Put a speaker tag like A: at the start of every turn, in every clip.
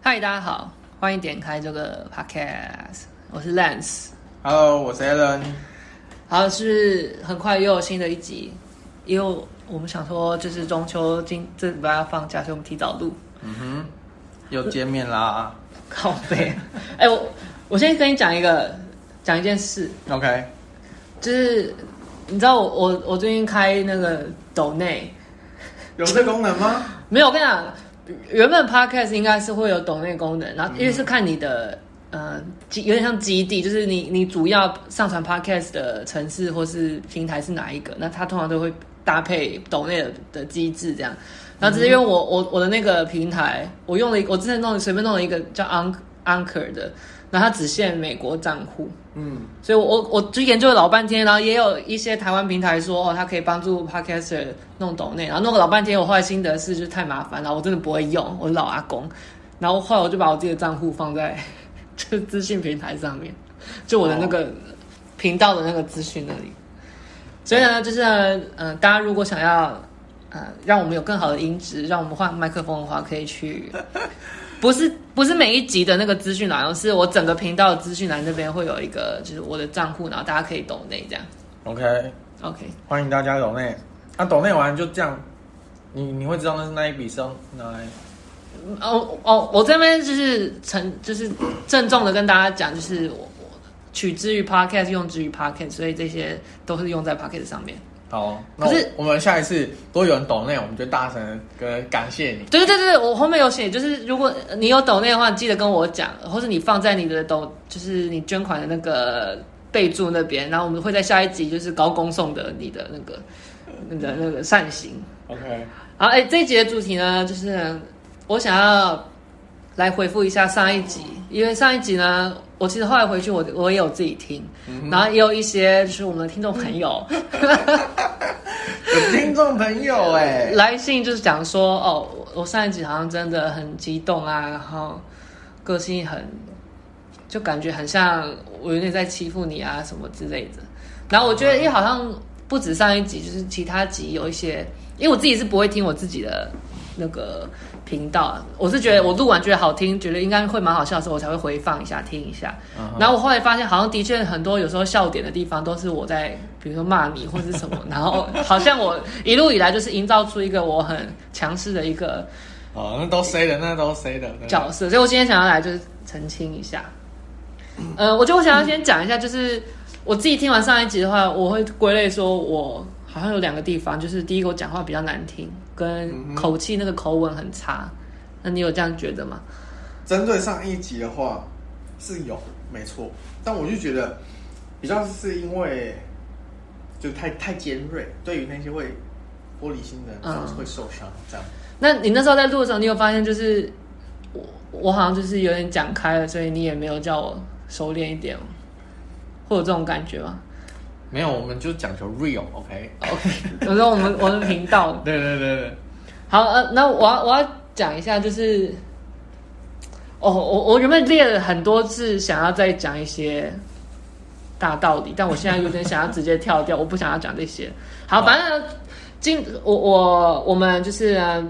A: 嗨，大家好，欢迎点开这个 podcast，我是 Lance。
B: Hello，我是 Alan。
A: 好，是很快又有新的一集，因为我们想说，就是中秋今这礼拜要放假，所以我们提早录。
B: 嗯哼，又见面啦。
A: 靠背， 哎、我我先跟你讲一个，讲一件事，
B: OK，
A: 就是你知道我我我最近开那个抖内，
B: 有这功能吗？
A: 没有，我跟你讲，原本 podcast 应该是会有抖内功能，然后因为是看你的。呃，基有点像基地，就是你你主要上传 podcast 的城市或是平台是哪一个，那它通常都会搭配抖内的的机制这样。然后只是因为我我我的那个平台，我用了一我之前弄随便弄了一个叫 Anch- Anchor 的，然后它只限美国账户，
B: 嗯，
A: 所以我我我就研究了老半天，然后也有一些台湾平台说哦，它可以帮助 podcaster 弄抖内，然后弄个老半天，我后来心得是就是太麻烦了，我真的不会用，我是老阿公，然后后来我就把我自己的账户放在 就是资讯平台上面，就我的那个频道的那个资讯那里，所以呢，就是呢呃，大家如果想要呃让我们有更好的音质，让我们换麦克风的话，可以去。不是不是每一集的那个资讯栏哦，是我整个频道的资讯栏那边会有一个，就是我的账户，然后大家可以抖内这样。
B: OK，
A: OK，
B: 欢迎大家抖内。那、抖内完就这样，你你会知道那是那一笔是要拿来。
A: 嗯哦哦，我这边就是陈，就是郑重的跟大家讲，就是我我取之于 Podcast，用之于 Podcast，所以这些都是用在 Podcast 上面。
B: 好，那
A: 可
B: 我
A: 是
B: 我们下一次如果有人抖内，我们就大声跟感谢你。
A: 对对对对，我后面有写，就是如果你有抖内的话，记得跟我讲，或是你放在你的抖，就是你捐款的那个备注那边，然后我们会在下一集就是高公送的你的那个、你的那个善行。
B: OK，
A: 好，哎、这一集的主题呢，就是我想要来回复一下上一集，因为上一集呢，我其实后来回去我我也有自己听，然后也有一些就是我们的听众朋友
B: 有听众朋友哎、
A: 来信，就是讲说，哦，我我上一集好像真的很激动啊，然后个性很，就感觉很像我有点在欺负你啊什么之类的。然后我觉得，因为好像不止上一集，就是其他集有一些，因为我自己是不会听我自己的那个频道，我是觉得我录完觉得好听，觉得应该会蛮好笑的时候，我才会回放一下听一下。
B: 嗯
A: 然后我后来发现，好像的确很多有时候笑点的地方都是我在，比如说骂你或者什么，然后好像我一路以来就是营造出一个我很强势的一个
B: 哦，那都谁的？那都谁的？对
A: 角色，所以我今天想要来就是澄清一下。呃，我觉得我想要先讲一下，就是我自己听完上一集的话，我会归类说我好像有两个地方，就是第一个我讲话比较难听，跟口气那个口吻很差。那你有这样觉得吗？
B: 针对上一集的话是有没错，但我就觉得比较是因为就太太尖锐，对于那些会玻璃心的人，
A: 嗯
B: 总是会受伤这样。
A: 那你那时候在录的时候，你有发现就是我我好像就是有点讲开了，所以你也没有叫我收敛一点吗，会有这种感觉吗
B: 没有，我们就讲求 real，OK？、
A: ？OK，我说我们我们频道
B: 对对对对，
A: 好，呃，那我要我要讲一下，就是，哦，我我原本列了很多次想要再讲一些大道理，但我现在有点想要直接跳掉，我不想要讲这 些。好，
B: 好
A: 反正今我我我们就是呃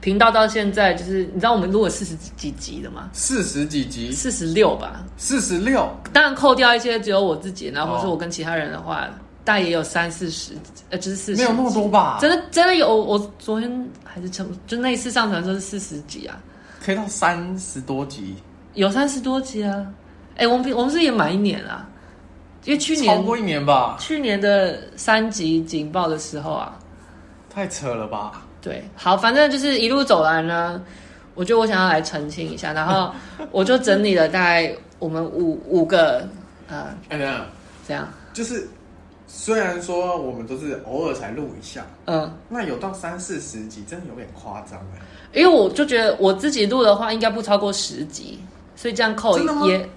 A: 频道到现在，就是你知道我们录了四十几集的吗？
B: 四十几集，
A: 四十六吧，
B: 四十六，
A: 当然扣掉一些只有我自己，然后或是
B: 哦
A: 我跟其他人的话，大概也有三四十，呃，就是四十，
B: 没有那么多吧？
A: 真的真的有，我昨天还是成，就那一次上传的时候是四十几啊，
B: 可以到三十多集，
A: 有三十多集啊。哎、我们比我们是也满一年啊，因为去
B: 超
A: 年
B: 过一年吧？
A: 去年的三级警报的时候啊，
B: 太扯了吧？
A: 对，好，反正就是一路走来呢，我觉得我想要来澄清一下，然 后我就整理了大概我们五五个呃
B: 哎、等等，
A: 这样，
B: 就是虽然说我们都是偶尔才录一下，
A: 嗯、
B: 那有到三四十集，真的有点夸张哎。
A: 因为我就觉得我自己录的话，应该不超过十集，所以这样扣
B: 真的吗
A: 也，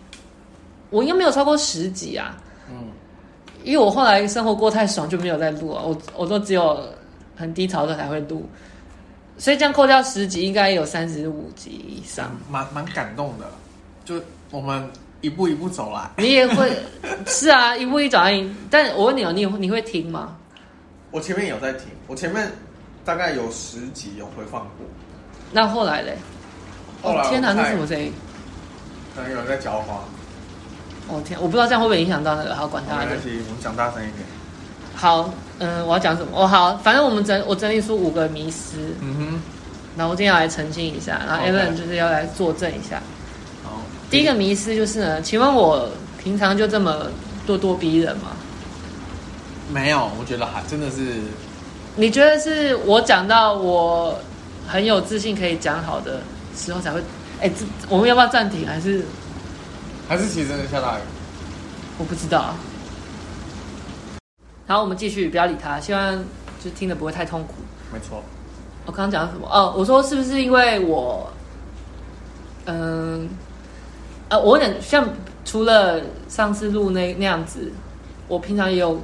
A: 我应该没有超过十集啊。
B: 嗯，
A: 因为我后来生活过太爽，就没有再录啊，我我都只有很低潮的才会录，所以这样扣掉十集，应该有三十五集以上。
B: 蛮蛮感动的，就我们一步一步走来。
A: 你也 会是啊，一步一脚印。但我问你哦，你你会听吗？
B: 我前面有在听，我前面大概有十集有回放过，
A: 那后来嘞？
B: 后来
A: 哦天哪，
B: 我们
A: 那
B: 菜
A: 什么声音？
B: 可能有人在浇花，
A: 哦天，我不知道这样会不会影响到那个，好管
B: 没
A: 他的
B: 关。系，我们讲大声一点。
A: 好，嗯，我要讲什么？哦，好，反正我们整我整理出五个迷思，
B: 嗯哼，
A: 然后我今天要来澄清一下，然后
B: OK
A: Alan 就是要来作证一下。
B: 好，
A: 第一个迷思就是呢，请问我平常就这么咄咄逼人吗？
B: 没有，我觉得还真的是
A: 你觉得是我讲到我很有自信可以讲好的时候才会？哎，这我们要不要暂停？还是
B: 还是其实真的下大雨。
A: 我不知道。然后我们继续，不要理他，希望就听的不会太痛苦。
B: 没错，
A: 我刚刚讲到什么？哦，我说是不是因为我，嗯，呃，我有点像除了上次录那那样子，我平常也有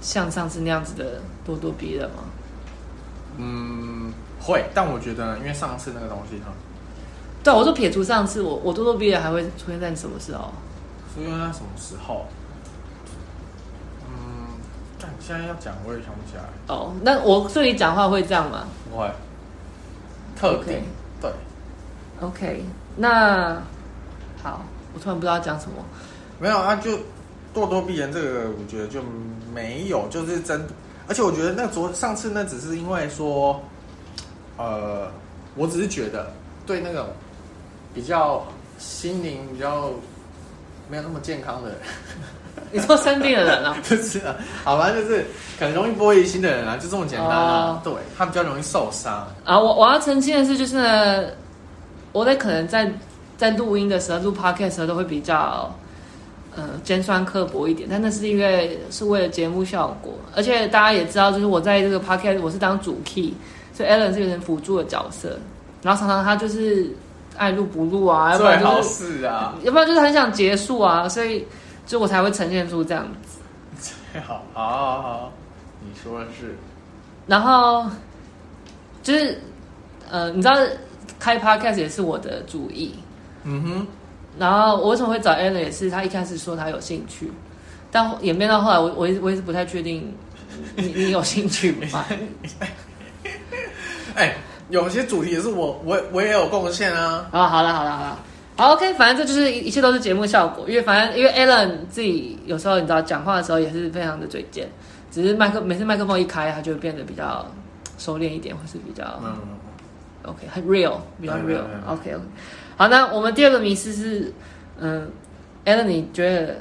A: 像上次那样子的咄咄逼人吗？
B: 嗯，会，但我觉得呢，因为上次那个东西哈，
A: 对，啊我说撇除上次，我我咄咄逼人还会出现在什么时候？
B: 所以它什么时候？嗯，但现在要讲我也想不起来，
A: 哦，那我对你讲话会这样吗
B: 不会，特定
A: OK
B: 对，
A: ？OK，那好，我突然不知道讲什么。
B: 没有啊，就咄咄逼人这个，我觉得就没有，就是真，而且我觉得那昨上次那只是因为说，呃，我只是觉得对那种比较心灵比较没有那么健康的人。
A: 你说生病的人啊？
B: 就是啊，好吧，就是可能容易玻璃心的人啊，就这么简单
A: 哦。
B: 啊对他比较容易受伤，
A: 啊，我我要澄清的是，就是呢，我在可能在在录音的时候，录 podcast 的时候都会比较呃尖酸刻薄一点，但那是因为是为了节目效果，而且大家也知道，就是我在这个 podcast 我是当主 key，所以 Alan 是有点辅助的角色，然后常常他就是爱录不录啊，要不
B: 最
A: 然
B: 好
A: 就是
B: 是啊，
A: 要不然就是很想结束啊，所以就我才会呈现出这样子。
B: 最好，好好好，你说的是，
A: 然后就是呃，你知道开 podcast 也是我的主意，
B: 嗯哼，
A: 然后我为什么会找 Alan 也是他一开始说他有兴趣，但演变到后来我，我一直我一直不太确定你你有兴趣吗？
B: 哎、有些主题也是我我我也有贡献啊，
A: 啊，好了好了好了，好 OK，反正这就是一一切都是节目效果，因为反正因为 Alan 自己有时候你知道讲话的时候也是非常的嘴贱，只是麦克每次麦克风一开，他就会变得比较收敛一点，或是比较
B: 嗯，
A: OK 很 real，比较
B: 没有
A: real
B: 没有没有
A: OK OK。好，那我们第二个迷思是，嗯，Alan，你觉得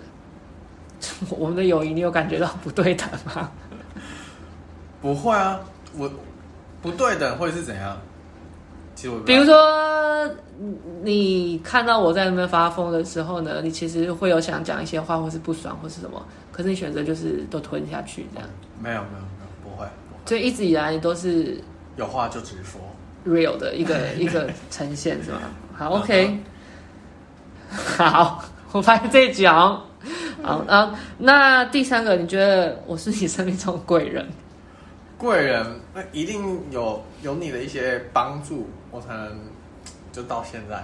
A: 我们的友谊你有感觉到不对等吗？
B: 不会啊，我不对等会是怎样？其实我也不
A: 比
B: 知
A: 如，
B: 道
A: 说，嗯你看到我在那边发疯的时候呢，你其实会有想讲一些话，或是不爽，或是什么，可是你选择就是都吞下去，这样，
B: 没有没有没有，不会，不会
A: 所以一直以来你都是
B: 有话就直说，
A: real 的一个 一个呈现，是吗？好，OK，好， 我发现这一集好像好，然后那第三个，你觉得我是你生命中的贵人？
B: 贵人那一定有有你的一些帮助，我才能就到现在。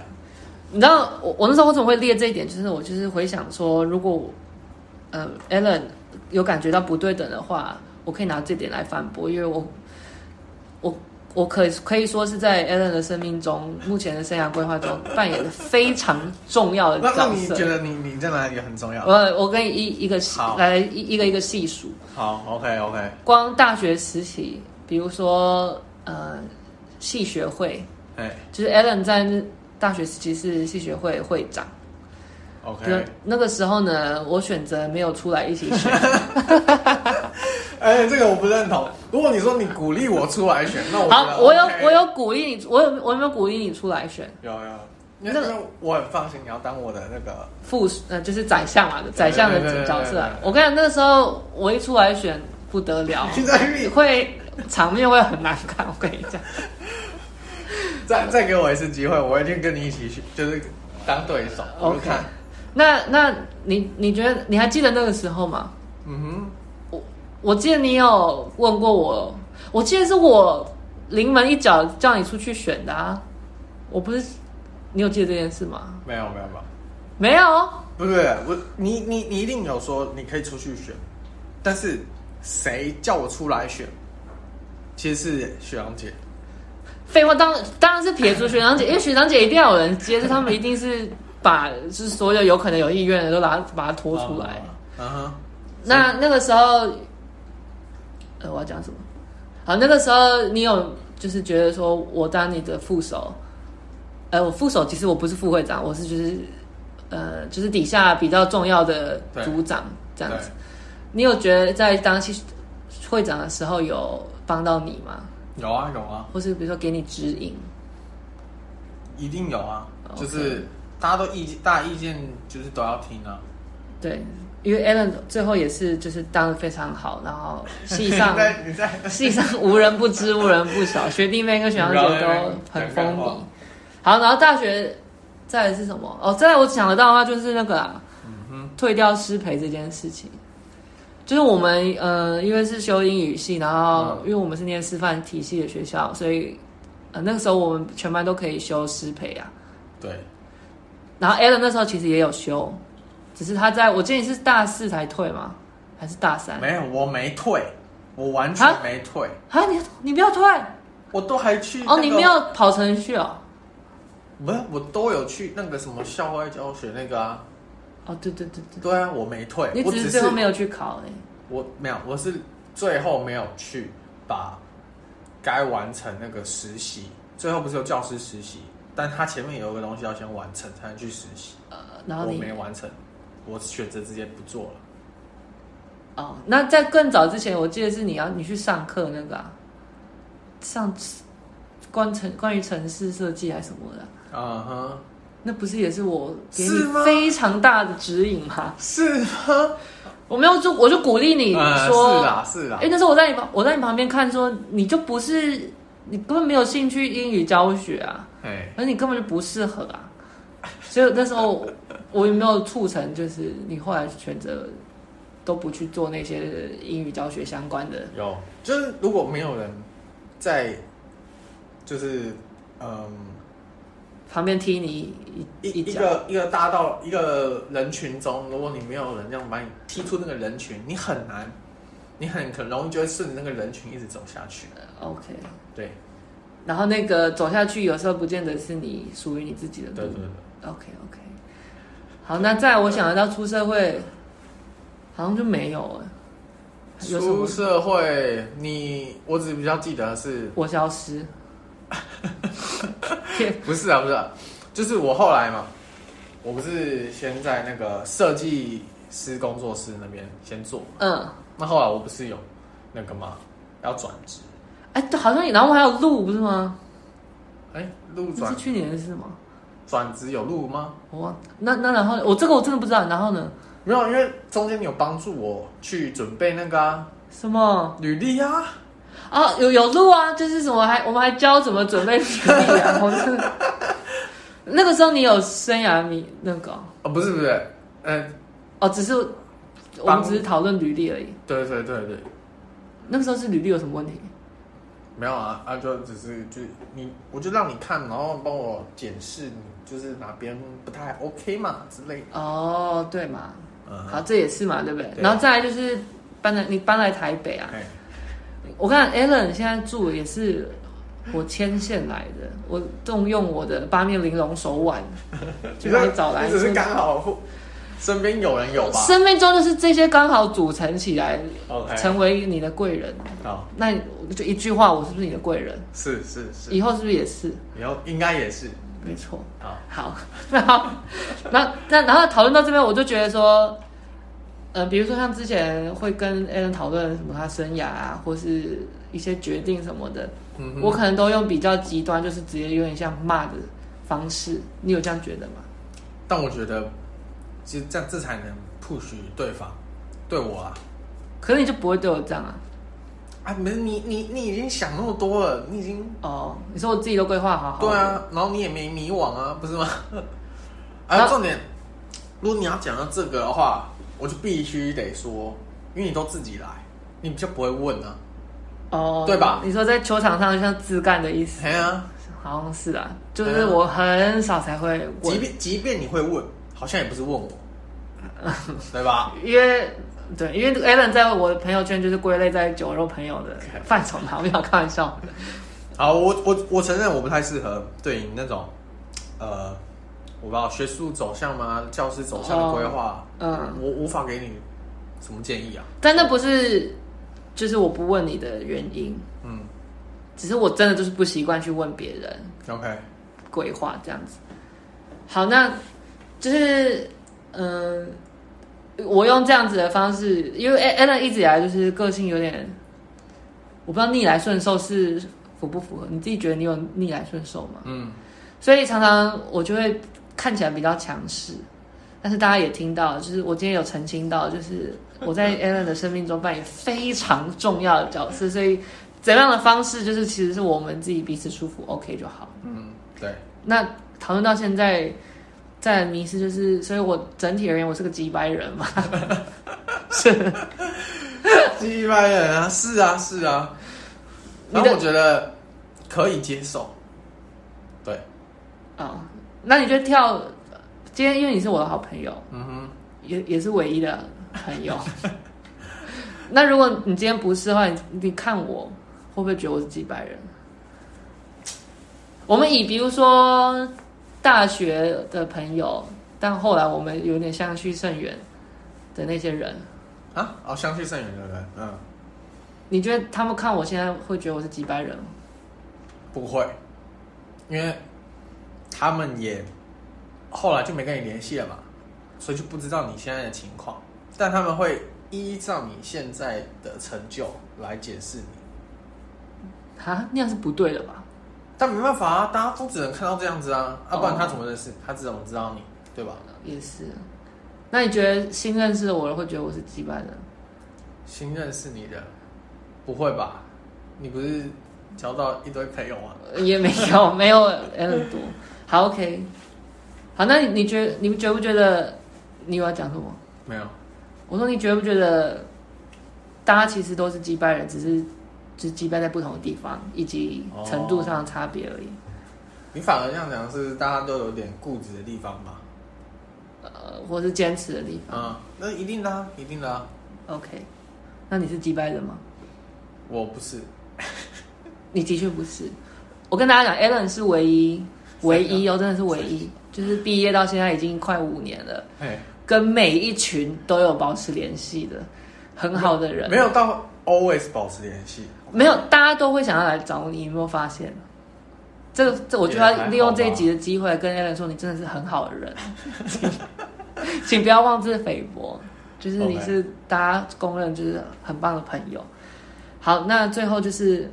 A: 你知道我我那时候为什么会列这一点？就是我就是回想说，如果我呃 Alan 有感觉到不对等的话，我可以拿这点来反驳，因为我我我可可以说是在 Alan 的生命中，目前的生涯规划中扮演了非常重要的
B: 那那
A: 角
B: 你觉
A: 色。
B: 得你你在哪里很重要？
A: 我我跟你一一个细
B: 好
A: 来一一个一个细数，
B: 好，OK OK，
A: 光大学时期，比如说呃系学会，
B: 哎
A: 就是 Alan 在大学时期是系学会会长。那
B: ，OK，
A: 那个时候呢，我选择没有出来一起 选，
B: 哎，这个我不认同。如果你说你鼓励我出来选，那我觉
A: 好，
B: 得
A: 我有
B: OK
A: 我有鼓励你，我有我有没有鼓励你出来选
B: 有有，因
A: 那
B: 为因为我很放心你要当我的那个，
A: 副呃就是宰相嘛，宰相
B: 对对
A: 的
B: 对
A: 角色啊
B: 对对对。对，
A: 我跟你讲，那个时候我一出来选不得了
B: 现在你
A: 会场面会很难看，我跟你讲。
B: 再再给我一次机会，我一定跟你一起去，就是当对手。我就
A: OK，
B: 看，
A: 那那你你觉得你还记得那个时候吗？
B: 嗯
A: 我记得你有问过我，我记得是我临门一脚叫你出去选的啊，我不是你有记得这件事吗？
B: 哼，没有没有没
A: 没
B: 有，
A: 有。
B: 不是不是我，你你你一定有说你可以出去选，但是谁叫我出来选，其实是雪阳姐。
A: 废话，当当然是撇除学长姐，因为学长姐一定要有人接，是他们一定是把就是所有有可能有意愿的都把它把它拖出来。
B: 嗯哼，
A: 那那个时候，呃，我要讲什么？好，那个时候你有就是觉得说我当你的副手，呃，我副手其实我不是副会长，我是就是呃就是底下比较重要的
B: 对
A: 组长这样子。你有觉得在当系会长的时候有帮到你吗？
B: 对有啊有啊，
A: 或是比如说给你指引？
B: 一定有啊，
A: OK
B: 就是大家都意见，大家意见就是都要听啊。
A: 对，因为 Alan 最后也是就是当的非常好，然后系上
B: 你在 你在
A: 系上无人不知，无人不晓，学弟妹跟学长姐都很风靡。好，然后大学再来是什么？哦，再来我想得到的话就是那个啦，
B: 嗯
A: 退掉师培这件事情。就是我们呃，因为是修英语系，然后
B: 嗯
A: 因为我们是念师范体系的学校，所以呃那个时候我们全班都可以修师培啊。
B: 对，
A: 然后 Alan 那时候其实也有修，只是他在我建议是大四才退嘛，还是大三？
B: 没有我没退，我完
A: 啊
B: 全没退，
A: 啊，你你不要退
B: 我都还去、那
A: 哦，
B: 个
A: 你没有跑程序哦？
B: 不是我都有去那个什么校外教学那个啊。
A: 哦，对对对对，
B: 对啊，我没退，
A: 你
B: 我
A: 只
B: 只
A: 是
B: 是
A: 最后没有去考哎、
B: 我没有，我是最后没有去把该完成那个实习，最后不是有教师实习，但他前面有一个东西要先完成才能去实习，
A: 呃，然后
B: 我
A: 你
B: 没完成，我选择直接不做了。
A: 哦，那在更早之前，我记得是你要你去上课那个啊，上关城关于城市设计还是什么的啊，
B: 嗯哼，
A: 那不是也是我给你
B: 是吗
A: 非常大的指引吗？
B: 是啊，
A: 我没有就我就鼓励你
B: 呃
A: 说，
B: 是啦是啦
A: 哎、，那时候我在你旁，我在你旁边看说，你就不是，你根本没有兴趣英语教学啊，
B: 哎，
A: 而你根本就不适合啊。所以那时候我也没有促成，就是你后来选择都不去做那些英语教学相关的。
B: 有，就是如果没有人在，就是嗯。
A: 旁边踢你一
B: 一一
A: 脚，
B: 个一个大到一个人群中，如果你没有人这样把你踢出那个人群，你很难，你很很容易就会顺着那个人群一直走下去。
A: OK，
B: 对，
A: 然后那个走下去，有时候不见得是你属于你自己的路。
B: 对对对，
A: OK OK，好，那在我想得到出社会，好像就没有了，有什
B: 出
A: 么
B: 社会，你我只比较记得是，
A: 我消失。
B: 不是啊不是啊，就是我后来嘛，我不是先在那个设计师工作室那边先做，
A: 嗯，
B: 那后来我不是有那个嘛，要转职，
A: 哎，对，好像然后还有路不是吗？
B: 哎，路
A: 那
B: 转
A: 是去年的事吗？
B: 转职有路吗？
A: 我忘那那然后我这个我真的不知道。然后呢？
B: 没有，因为中间你有帮助我去准备那个、啊。
A: 什么？
B: 履历啊，
A: 哦，有有路啊，就是什么还我们还教怎么准备履历啊。我真的 那个时候你有生涯迷那个哦
B: 哦，不是不是，嗯，
A: 哦，只是我们只是讨论履历而已。
B: 对对对对，
A: 那个时候是履历有什么问题？
B: 没有啊，啊，就只是就你，我就让你看，然后帮我检视你就是哪边不太 OK 嘛之类的。
A: 哦，对嘛，
B: 嗯，
A: 好，这也是嘛，对不对？
B: 对
A: 然后再来就是搬来你搬来台北啊，
B: 哎，
A: 我看 Alan 现在住的也是我牵线来的，我动用我的八面玲珑手腕就把你找来。
B: 只是刚好身边有人有吧
A: 生命中就是这些刚好组成起来，
B: ？OK，
A: 成为你的贵人。
B: 好，
A: 那我就一句话，我是不是你的贵人？
B: 是是是，
A: 以后是不是也是？
B: 以后应该也是
A: 没错。
B: 好，
A: 好， 然后，然后，那然后讨论到这边，我就觉得说，呃，比如说像之前会跟 Alan 讨论什么他生涯啊，或是一些决定什么的，
B: 嗯
A: 我
B: 哼，
A: 可能都用比较极端，就是直接有点像骂的方式。你有这样觉得吗？
B: 但我觉得其实这样这才能 push 对方对我啊。
A: 可是你就不会对我这样啊？
B: 啊，没你你你已经想那么多了，你已经
A: 哦，你说我自己都规划好好。
B: 对，啊，然后你也没迷惘啊，不 是吗？
A: 那
B: 啊，重点，如果你要讲到这个的话，我就必须得说，因为你都自己来，你比较不会问啊。
A: 哦，
B: 对吧
A: 你说在球场上就像自干的意思，
B: 哎啊，
A: 好像是啊，就
B: 对
A: 是
B: 啊
A: 我很少才会
B: 即
A: 问，
B: 便即便你会问，好像也不是问我， 对吧？
A: 因为。对，因为 Alan 在我的朋友圈就是归类在酒肉朋友的范畴嘛，我没有开玩笑。
B: 好，我我我承认我不太适合对你那种，呃，我不知道学术走向吗？教师走向的规划，
A: 哦嗯
B: 我无法给你什么建议啊。
A: 但那不是就是我不问你的原因，
B: 嗯
A: 只是我真的就是不习惯去问别人
B: ，OK，
A: 规划这样子。好，那就是嗯、我用这样子的方式，因为 a l a n 一直以来就是个性有点，我不知道逆来顺受是符不符合，你自己觉得你有逆来顺受吗？
B: 嗯，
A: 所以常常我就会看起来比较强势，但是大家也听到，就是我今天有澄清到，就是我在 Alan 的生命中扮演非常重要的角色，所以怎样的方式就是其实是我们自己彼此舒服，OK 就好。
B: 嗯，对，
A: 那讨论到现在，在迷失就是，所以我整体而言我是个几百人嘛，是
B: 一般人啊，是啊，是啊。
A: 你
B: 然
A: 的
B: 后我觉得可以接受，对，
A: 啊、那你就跳，今天因为你是我的好朋友，
B: 嗯哼，
A: 也也是唯一的朋友。 那如果你今天不是的话，你你看我会不会觉得我是几百人？我们以比如说大学的朋友，但后来我们有点像去甚远的那些人，
B: 啊，哦，相去甚远，对不对？嗯，
A: 你觉得他们看我现在会觉得我是几百人吗？
B: 不会，因为他们也后来就没跟你联系了嘛，所以就不知道你现在的情况，但他们会依照你现在的成就来解释你，
A: 啊，那样是不对的吧？
B: 但没办法啊，大家都只能看到这样子啊，啊，不然
A: 哦
B: 他怎么认识？他怎么知道你？对吧？
A: 也是。那你觉得新认识的我会觉得我是几百人？
B: 新认识你的，不会吧？你不是交到一堆朋友吗？
A: 呃也没有，没有 Alan 多。好，OK，好，那你你觉得你觉不觉得你有要讲什么？
B: 没有，
A: 我说你觉不觉得大家其实都是击败人，只是只击败在不同的地方以及程度上的差别而已。
B: 你反而这样讲是大家都有点固执的地方吧？
A: 呃，或是坚持的地方。
B: 啊、那一定的、啊，一定的、啊，
A: OK，那你是击败人吗？
B: 我不是。
A: 你的确不是。我跟大家讲，Alan 是唯一，唯一哦，真的是唯一，就是毕业到现在已经快五年了。
B: 嘿
A: 跟每一群都有保持联系的很好的人，
B: 没有到 always 保持联系，
A: 没有，大家都会想要来找你，有没有发现？这个这，我就要利用这一集的机会跟 Alan 说，你真的是很好的人， 请请不要妄自菲薄，就是你
B: OK
A: 是大家公认就是很棒的朋友。好，那最后就是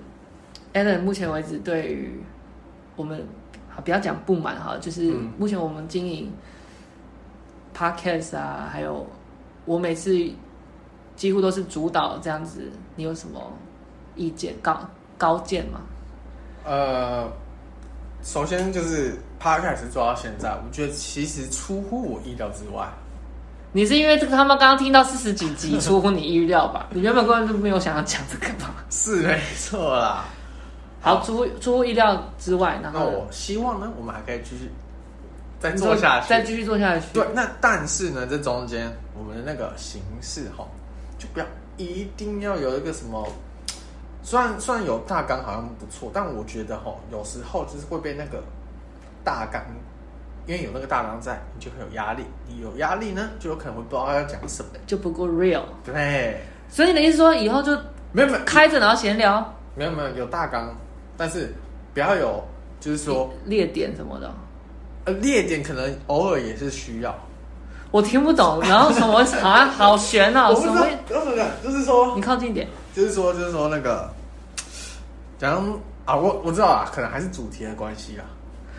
A: Alan 目前为止对于我们，好不要讲不满哈，就是
B: 嗯
A: 目前我们经营 Podcast 啊，还有我每次几乎都是主导这样子，你有什么意见高高见吗？
B: 呃，首先就是 podcast 做到现在，我觉得其实出乎我意料之外。
A: 你是因为这个他们刚刚听到四十几集出乎你预料 吧？你原本根本就没有想要讲这个吧？
B: 是没错啦。
A: 好，出乎出乎意料之外，然
B: 那
A: 后
B: 我希望呢，我们还可以继续再
A: 你
B: 做
A: 说
B: 下去。
A: 再继续做下去。
B: 对，那但是呢，这中间我们的那个形式哈，就不要一定要有一个什么，虽然虽然有大纲好像不错，但我觉得哈，有时候就是会被那个大纲，因为有那个大纲在，你就会有压力，你有压力呢，就有可能会不知道要讲什么。
A: 就不够 real。
B: 对，
A: 所以你的意思说以后就
B: 没有没有
A: 开着然后闲聊
B: 没有没有有大纲，但是不要有就是说
A: 列点什么的，
B: 呃列点，可能偶尔也是需要。
A: 我听不懂。然后什么啊，好悬哦，
B: 我不
A: 什
B: 知
A: 么
B: 道？要怎么讲，就是说
A: 你靠近点。
B: 就是说，就是说那个，假如啊，我我知道啊，可能还是主题的关系啊。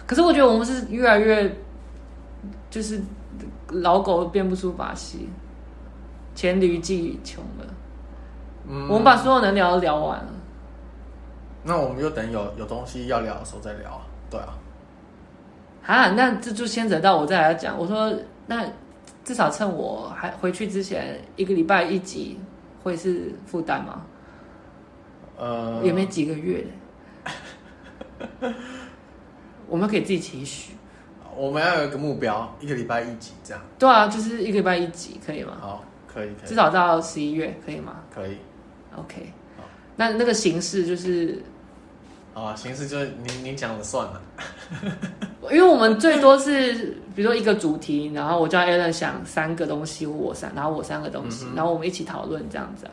A: 可是我觉得我们是越来越，就是老狗变不出把戏，黔驴技穷了。
B: 嗯
A: 我们把所有能聊都聊完了。
B: 那我们就等有有东西要聊的时候再聊啊。对啊，
A: 啊，那这就牵扯到我再来讲。我说，那至少趁我还回去之前，一个礼拜一集会是负担吗？
B: 呃，
A: 也没几个月 嘞我们给自己期许。
B: 我们要有一个目标，一个礼拜一集这样。
A: 对啊，就是一个礼拜一集，可以吗？
B: 好，可以，可
A: 至
B: 以，
A: 少到十一月，可以吗
B: 可以。
A: ？OK
B: 好。
A: 那那个形式就是，
B: 啊，形式就是您您讲了算了。
A: 因为我们最多是 比如说一个主题，然后我叫 Alan 想三个东西，我三，然后我三个东西，
B: 嗯哼
A: 然后我们一起讨论这样子啊。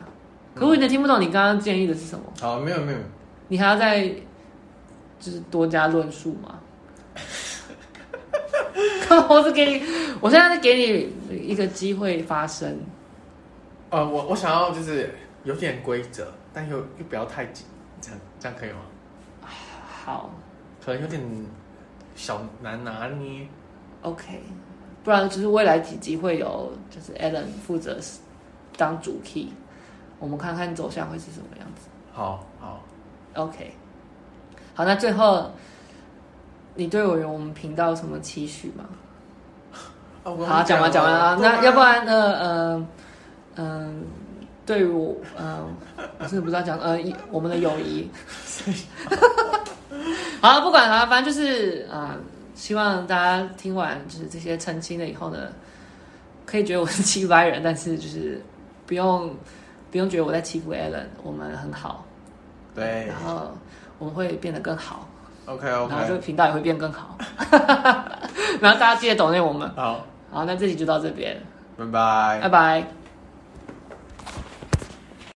A: 可我有点听不懂你刚刚建议的是什么，
B: 好，没有没有，没有
A: 你还要再就是多加论述吗？ 我是给你，我现在是给你一个机会发声。
B: 呃，我我想要就是有点规则，但又又不要太紧，这样这样可以吗？
A: 好
B: 可能有点小难拿捏。
A: ，OK，不然就是未来几集会有就是 Alan 负责当主 key，我们看看走向会是什么样子。
B: 好好，
A: OK，好，那最后你对我有我们频道有什么期许吗？
B: 啊我
A: 好，讲完讲完啊，
B: 对
A: 那要不然呢？呃，嗯、呃对于我，嗯、我真的不知道讲，呃，一我们的友谊。 好了，不管了，反正就是啊、呃希望大家听完就是这些澄清了以后呢，可以觉得我是欺负人，但是就是不用不用觉得我在欺负 Alan，我们很好，
B: 对
A: 然后我们会变得更好。
B: 哎，OK
A: 然后这
B: OK，
A: 个频道也会变更好。 然后大家记得抖内我们。
B: 好，
A: 好，那这集就到这边，
B: 拜拜
A: 拜。拜。